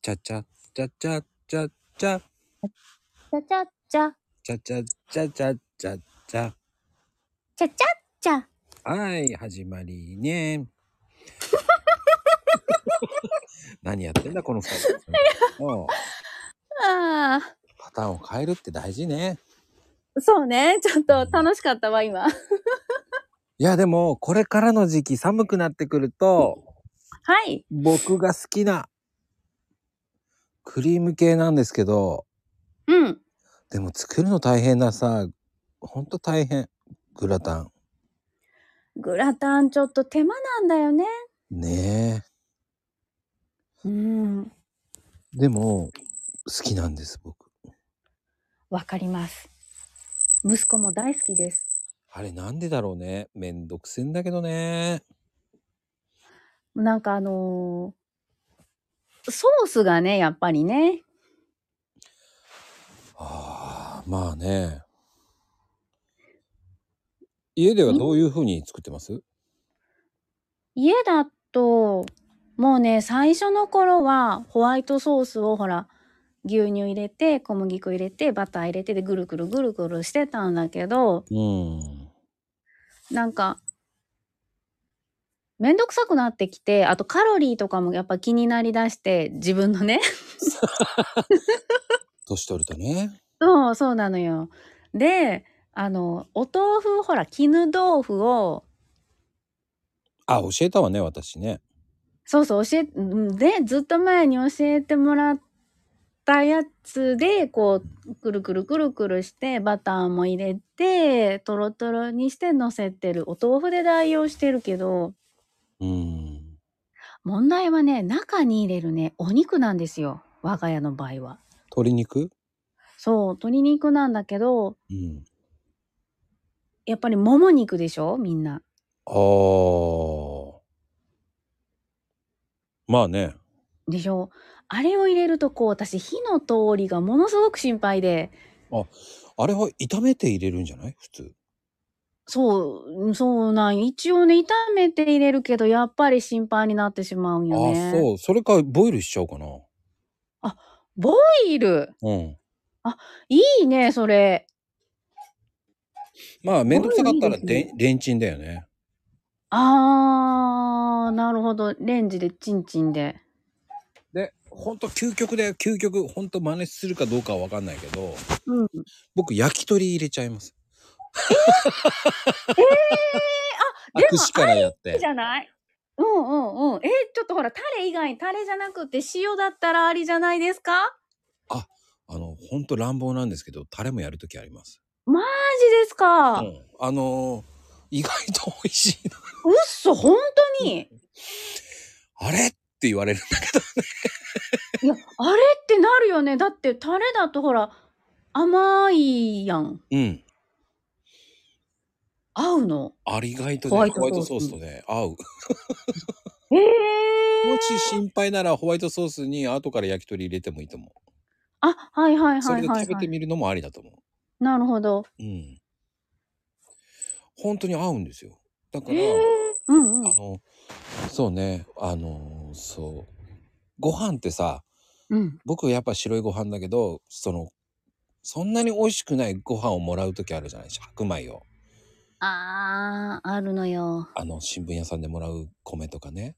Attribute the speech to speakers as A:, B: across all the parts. A: ちゃちゃ、ちゃちゃ、ちゃちゃ、
B: ちゃちゃっちゃ、
A: ちゃちゃ、ちゃちゃ、ちゃちゃ。
B: ちゃちゃっちゃ。
A: はい、始まりね。何やってんだ、この二人。もう
B: あ
A: パターンを変えるって大事ね。
B: あ、そうね。ちょっと楽しかったわ、今。はい
A: や、でも、これからの時期寒くなってくると、
B: い。
A: 僕が好きな、クリーム系なんですけど、
B: うん。
A: でも作るの大変ださ、ほんと大変。グラタン。
B: グラタンちょっと手間なんだよね。
A: ねえ。
B: うん。
A: でも好きなんです僕
B: わかります。息子も大好きです。
A: あれなんでだろうねめんどくせえんだけどね
B: なんかあのーソースがね、やっぱりね。
A: ああまあね家ではどういうふうに作ってます
B: 家だと、もうね、最初の頃はホワイトソースをほら、牛乳入れて、小麦粉入れて、バター入れて、で、ぐるぐるぐるぐるしてたんだけど、
A: うん
B: なんか、めんどくさくなってきて、あとカロリーとかもやっぱ気になりだして、自分のね。
A: 年取るとね
B: そう、そうなのよ。で、あの、お豆腐、ほら、絹豆腐を、
A: あ教えたわね私ね
B: そうそう、教え、うんで、ずっと前に教えてもらったやつで、こう、くるくるくるくるして、バターも入れて、とろとろにして乗せてる。お豆腐で代用してるけど、
A: うん
B: 問題はね、中に入れるね、お肉なんですよ。我が家の場合は。
A: 鶏肉
B: そう、鶏肉なんだけど、
A: うん
B: やっぱりもも肉でしょみんな。
A: ああまあね
B: でしょあれを入れるとこう、私火の通りがものすごく心配で、
A: あれは炒めて入れるんじゃない普通
B: そううん、そうなん、一応ね、炒めて入れるけど、やっぱり心配になってしまうんよね。
A: あそうそれかボイルしちゃおうかな
B: ボイル
A: うん
B: いいね、それ。
A: まあめんどくさかったら
B: ボイルいい
A: で
B: で
A: レンチンだよね
B: あー、なるほど。レンジでチンチンで。
A: で、ほんと究極だよ、究極。ほんと真似するかどうかはわかんないけど、
B: うん。
A: 僕、焼き鳥入れちゃいます。
B: えーあ でも
A: 串からやっ
B: いい
A: て
B: じ。ゃないうんうんうん。え、ちょっとほら、タレ以外、タレじゃなくて塩だったらありじゃないですか
A: あの、ほんと乱暴なんですけど、タレもやるときあります。
B: マジですか、
A: う
B: うん
A: あのー意外と美味しいな。
B: っそ、本当に
A: あれって言われるんだけど。
B: いや、あれってなるよね。だって、タレだとほら、甘いやん。
A: うん。
B: 合うの。
A: あれ意外とね、ホ
B: ホワ
A: ワイ
B: イト
A: トソー
B: ソー
A: ス
B: ス
A: とね、合う。も
B: ええ
A: し心配ならホワイトソースに後から焼き鳥入れてもいいと思。
B: あ、はいはいう
A: そ
B: は
A: れ
B: い
A: で
B: はい、
A: 食べ
B: は
A: て
B: い。
A: みるのもありだと思う。
B: なるほど。
A: うん。本当に合うんですよ。だか
B: え
A: ら、
B: えうんう
A: あ
B: ん。
A: のそうねあのそうご飯ってさ
B: うん。
A: 僕やっぱ白いご飯だけどそのそんなに美味しくないご飯をもらう時あるじゃない白米を
B: あー、あるのよ。
A: あの新聞屋さんでもらう米とかね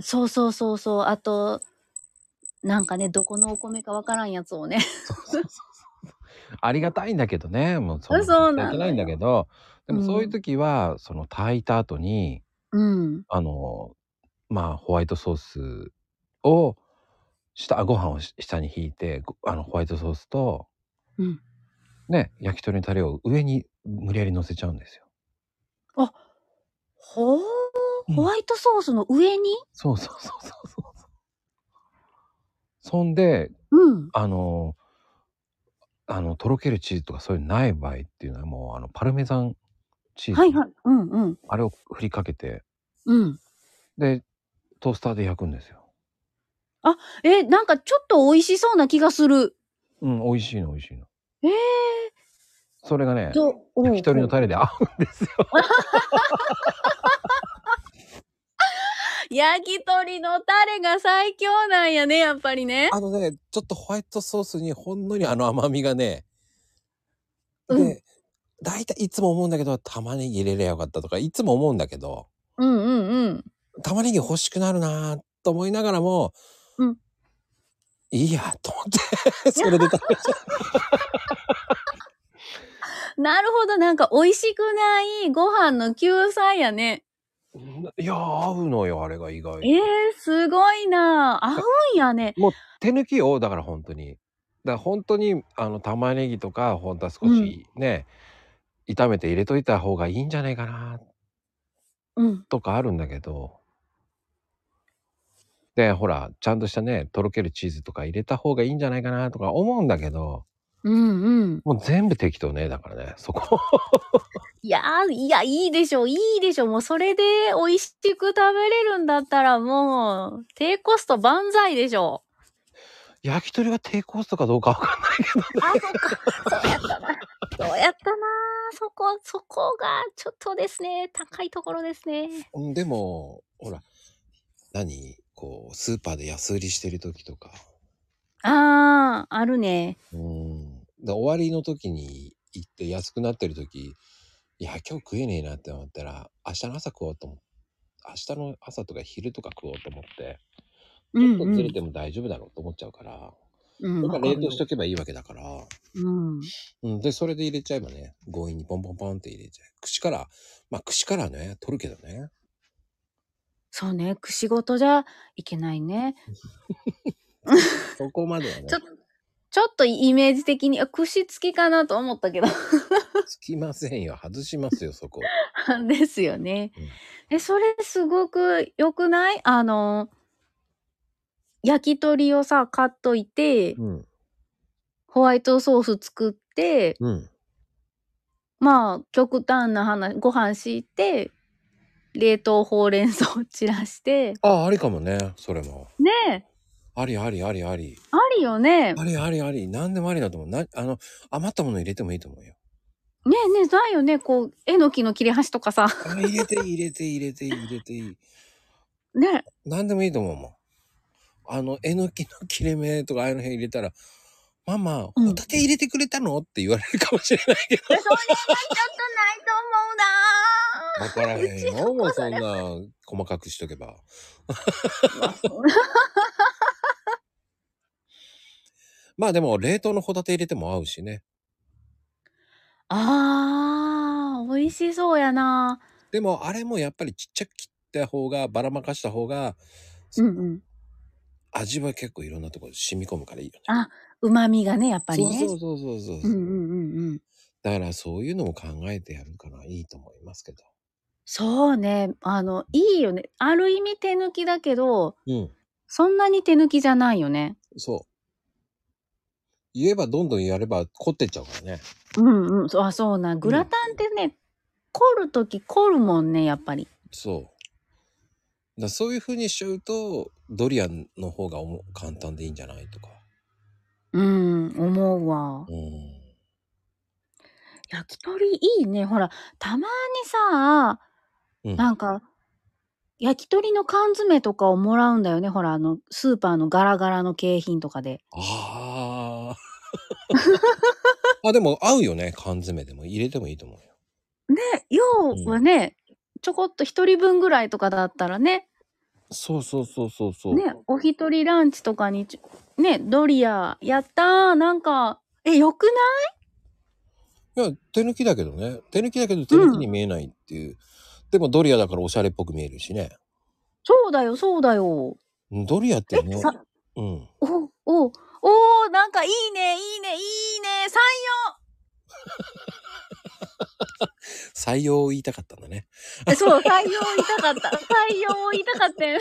B: そうそうそうそう。あと、なんかね、どこのお米かわからんやつをね。
A: ありがたいんだけどねもうそ
B: そう
A: い
B: なのよ
A: けないんだけどでも
B: うん
A: そういう時は、その炊いた後に
B: うん。
A: あのまあホワイトソースを下ご飯を下に引いてごあのホワイトソースと
B: うん。
A: ね焼き鳥のタレを上に無理やり乗せちゃうんですよ。
B: ほー、
A: うん
B: ホワイトソースの上に
A: そうそうそうそうそうそう。そんで、
B: うん。
A: あのあの、とろけるチーズとかそういうのない場合っていうのはもう、あの、パルメザンチーズ、
B: はいはい。うんうん。
A: あれを振りかけて、
B: うん。
A: で、トースターで焼くんですよ。
B: え、なんかちょっと美味しそうな気がする。
A: うん、美味しいの美味しいの。
B: えー、
A: それがね、
B: と、
A: 焼き鳥の
B: レ。
A: タレで合うんですよ。
B: 焼き鳥のタレが最強なんやね、やっぱりね。
A: あのね、ちょっとホワイトソースにほんのりあの甘みがね、
B: うん
A: で、大体いつも思うんだけど、玉ねぎ入れりゃよかったとか、いつも思うんだけど、
B: うんうんうん。
A: 玉ねぎ欲しくなるなぁと思いながらも、
B: うん
A: いいや、と思 って、それで食べちゃう。
B: なるほど、なんか美味しくないご飯の救済やね。
A: いやー、合うのよ、あれが意外。
B: えー、すごいなぁ合うんやね。
A: 手抜きをだから本当にだから本当にあの玉ねぎとか本当は少しね、炒めて入れといた方がいいんじゃないかな
B: うん。
A: とかあるんだけどでほらちゃんとしたねとろけるチーズとか入れた方がいいんじゃないかなとか思うんだけど
B: うんうん。
A: もう全部適当ねだからねそこ
B: いやー、いや、いいでしょう、いいでしょう。もうそれで美味しく食べれるんだったらもう、低コスト万歳でしょう。
A: 焼き鳥は低コストかどうかわかんないけど
B: あ、そっか。そうやったな。そうやったなそこ、そこがちょっとですね、高いところですね。
A: うんでもほら何こうスーパーで安売りしてる時とか
B: あー、あるね。
A: うん。で、終わりの時に行って安くなってる時、いや、今日食えねえなって思ったら、明日の朝食おうと思って、明日の朝とか昼とか食おうと思って、
B: う
A: ちょっ
B: ん、う
A: とずれ
B: ん。
A: ても大丈夫だろうと思っちゃうから、
B: うん
A: だ
B: わ
A: から
B: か
A: 冷
B: る
A: 凍
B: よ
A: しとけばいいわけだから、
B: うん。
A: うん、で、それで入れちゃえばね、強引にポンポンポンって入れちゃう。串から、まあ串からね、取るけどね。
B: そうね、串ごとじゃいけないね。
A: そこまではね
B: ちょ、ちょっとイメージ的に、あ串付きかなと思ったけど。
A: つきませんよ。外しますよ、そ こ。
B: ですよね
A: うん。
B: え、それすごく良くないあの、焼き鳥をさ、買っといて、
A: うん。
B: ホワイトソース作って、
A: うん。
B: まあ、極端な話、ご飯敷いて、冷凍ほうれん草を散らして、
A: ああ、ありかもね、それも。
B: ねえ、
A: ありありありあり。
B: ありよね。ね
A: ありありあり。何でもありだと思う。な、あの、余ったもの入れてもいいと思うよ。
B: えねえ、ないよね。こう、えのきの切れ端とかさ。
A: あ入れていい、入れていい、入れていい、入れていい。
B: ねえ、
A: 何でもいいと思うもん。あの、えのきの切れ目とかああいうの辺入れたら、ママ、
B: うん
A: ホタテ入れてくれたのって言われるかもしれないけど。
B: それはちょっとないと思うなぁ
A: わからへん
B: うちの
A: よ。
B: 子
A: もうそ
B: そ
A: ん
B: れ
A: な、細かくしとけば。 まあでも、冷凍のホタテ入れても合うしね。
B: あー、美味しそうやな。
A: でも、あれもやっぱりちっちゃく切った方が、ばらまかした方が、
B: うんうん。
A: 味は結構いろんなところに染み込むからいいよね。
B: あ旨味がね、やっぱりね。
A: そうそうそうそうそうう。
B: んうんうんうん。
A: だからそういうのも考えてやるからいいと思いますけど。
B: そうね。あの、いいよね。ある意味手抜きだけど、
A: うん。
B: そんなに手抜きじゃないよね。
A: そう。言えばどんどんやれば凝ってっちゃうからね。
B: うんうん。そうあ、そうなん。グラタンってね、凝るとき凝るもんね、やっぱり。
A: そう。だからそういう風にしちゃうとドリアンの方がおも簡単でいいんじゃないとか。
B: うん、思うわ。
A: うん。
B: 焼き鳥いいね。ほら、たまにさ、
A: うん
B: なんか、焼き鳥の缶詰とかをもらうんだよね。ほら、あの、スーパーのガラガラの景品とかで。
A: あ あ。あ、でも合うよね。缶詰でも入れてもいいと思うよ。
B: ね、要はね、ちょこっと一人分ぐらいとかだったらね、
A: そうそうそうそうそう。
B: ね、お一人ランチとかにち、ね、ドリア、やったー、なんか、え、よくない
A: いや、手抜きだけどね。手抜きだけど手抜きに見えないっていう。でもドリアだからおしゃれっぽく見えるしね。
B: そうだよ、そうだよ。
A: ドリアってね。
B: さ、
A: うん。
B: お、お、おー、なんかいいね、いいね、いいね、さ
A: 採用を言いたかったんだね。
B: ん、そう、採用言いたかった。採用言いたかったよ。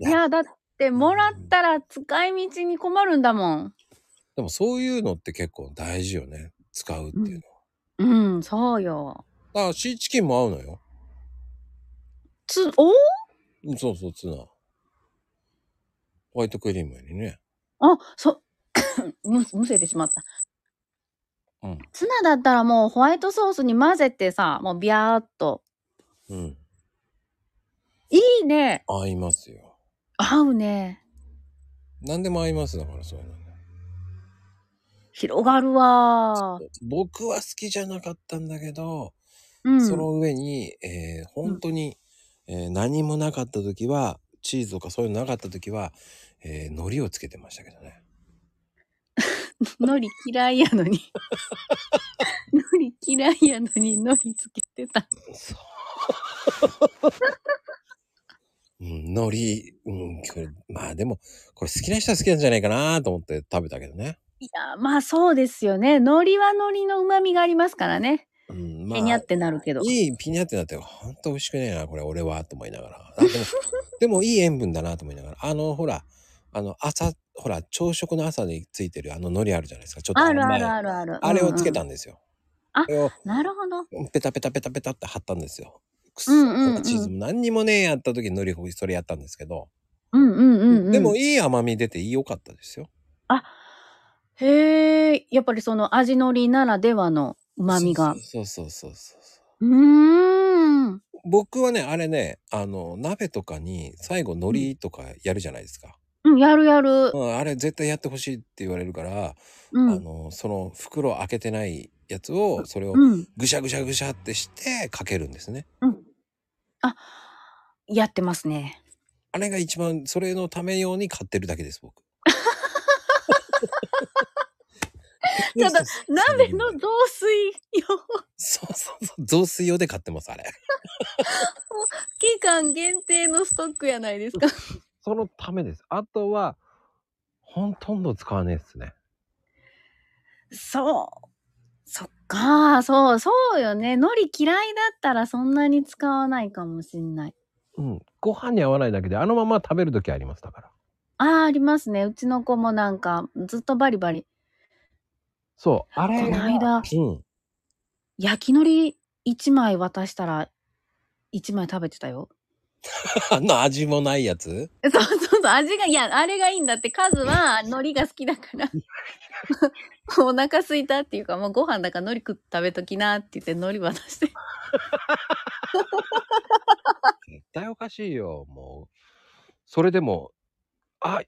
B: いや、だって、もらったら使い道に困るんだもん。
A: でもそういうのって結構大事よね。使うっていうのは。
B: うん、そうよ。
A: ああシーチキンも合うのよ。
B: つ、おー
A: うんそうそう、ツナ。ホワイトクリームにね。
B: あ、そ、 む、むせてしまった。
A: うん。
B: ツナだったらもうホワイトソースに混ぜてさ、もうビャーっと。
A: うん。
B: いいね。
A: 合いますよ。
B: 合うね。
A: 何でも合いますだからそういうのね。
B: 広がるわ。
A: 僕は好きじゃなかったんだけど、
B: うん。
A: その上に、えー本当に、えー何もなかった時は、チーズとかそういうのなかった時は、えー海苔をつけてましたけどね。
B: 海苔嫌いやのに。 海苔嫌いやのに海苔つけてた。
A: そう。 うん、海苔、うん、これ、まあでも、これ好きな人は好きなんじゃないかなと思って食べたけどね。
B: いや、まあそうですよね。海苔は海苔の旨味がありますからね。
A: うん、ま
B: ペニャ
A: あ
B: っ、てなるけど。
A: いいピニャってなって、ほんと美味しくねえな、これ俺は、と思いながら。あでも、 でもいい塩分だなと思いながら。あの、ほら、あの、朝、ほら、朝食の朝についてるあの海苔あるじゃないですか。ちょっと
B: あるあ
A: 甘い
B: るあるある。
A: あれをつけた
B: うん
A: んですよ。
B: あ
A: あれを
B: うんなるほど。
A: ペタペタペタペタって貼ったんですよ。く
B: う
A: そ
B: んうんうん
A: このチーズも何にもねえやった時に海苔それやったんですけど、
B: うんうんうん、うん。
A: でもいい甘み出て良かったですよ。
B: あへえ、やっぱりその味のりならではの旨味が。
A: そうそうそうそうそう
B: うーん。
A: 僕はねあれねあの鍋とかに最後海苔とかやるじゃないですか、
B: うん、やるやる
A: う。んあれ絶対やってほしいって言われるから、
B: う
A: あ
B: ん。
A: のその袋開けてないやつをそれを
B: うん。
A: ぐしゃぐしゃぐしゃってしてかけるんですね
B: うん。あ、やってますね。
A: あれが一番それのため用に買ってるだけです僕
B: ただ鍋の雑炊用
A: そうそうそう雑炊用で買ってますあれ
B: 期間限定のストックやないですか。
A: そのためですあとはほとんど使わねえですね
B: そう。そっか、そう、そうよね。海苔嫌いだったらそんなに使わないかもしんない。
A: うん、ご飯に合わないだけであのまま食べる時ありますだから
B: ああ、ありますね。うちの子もなんかずっとバリバリ。
A: そうあれ
B: こ
A: が
B: の間、
A: うん、
B: 焼き海苔1枚渡したら1枚食べてたよ。
A: あの味もないやつ
B: そうそうそう、味が、いや、あれがいいんだって、カズは 海苔が好きだから。 お腹空いたっていうか、もうご飯だから海苔食食べときなって言って海苔渡して。
A: 絶対おかしいよもうそれでも「あ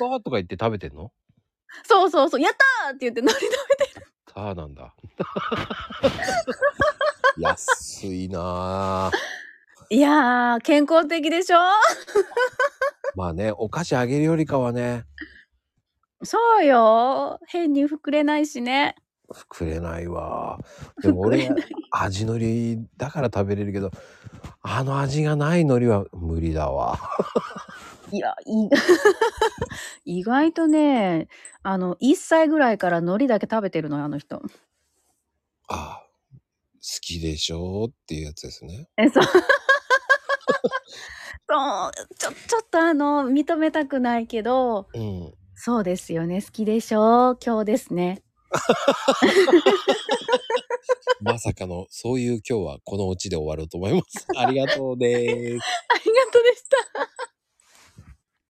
A: お腹」とか言って食べてんの
B: そうそうそう、やったーって言って海苔食べて。
A: さあなんだ 安いなあ
B: いやー、健康的でしょ
A: まあねお菓子あげるよりかはね
B: そうよ。変に膨れないしね。
A: 膨れない わでも
B: 膨
A: 俺
B: れない。
A: 味のりだから食べれるけどあの味がないのりは無理だわ
B: いや、い 意外とね、あの、1歳ぐらいから海苔だけ食べてるのよ、あの人。
A: ああ好きでしょうっていうやつですね。
B: え、そう。 そう、ちょ、ちょっとあの、認めたくないけど、
A: うん。
B: そうですよね、好きでしょう、今日ですね。
A: まさかの、そういう今日はこのオチで終わろうと思います。ありがとうです。
B: ありがとうでした。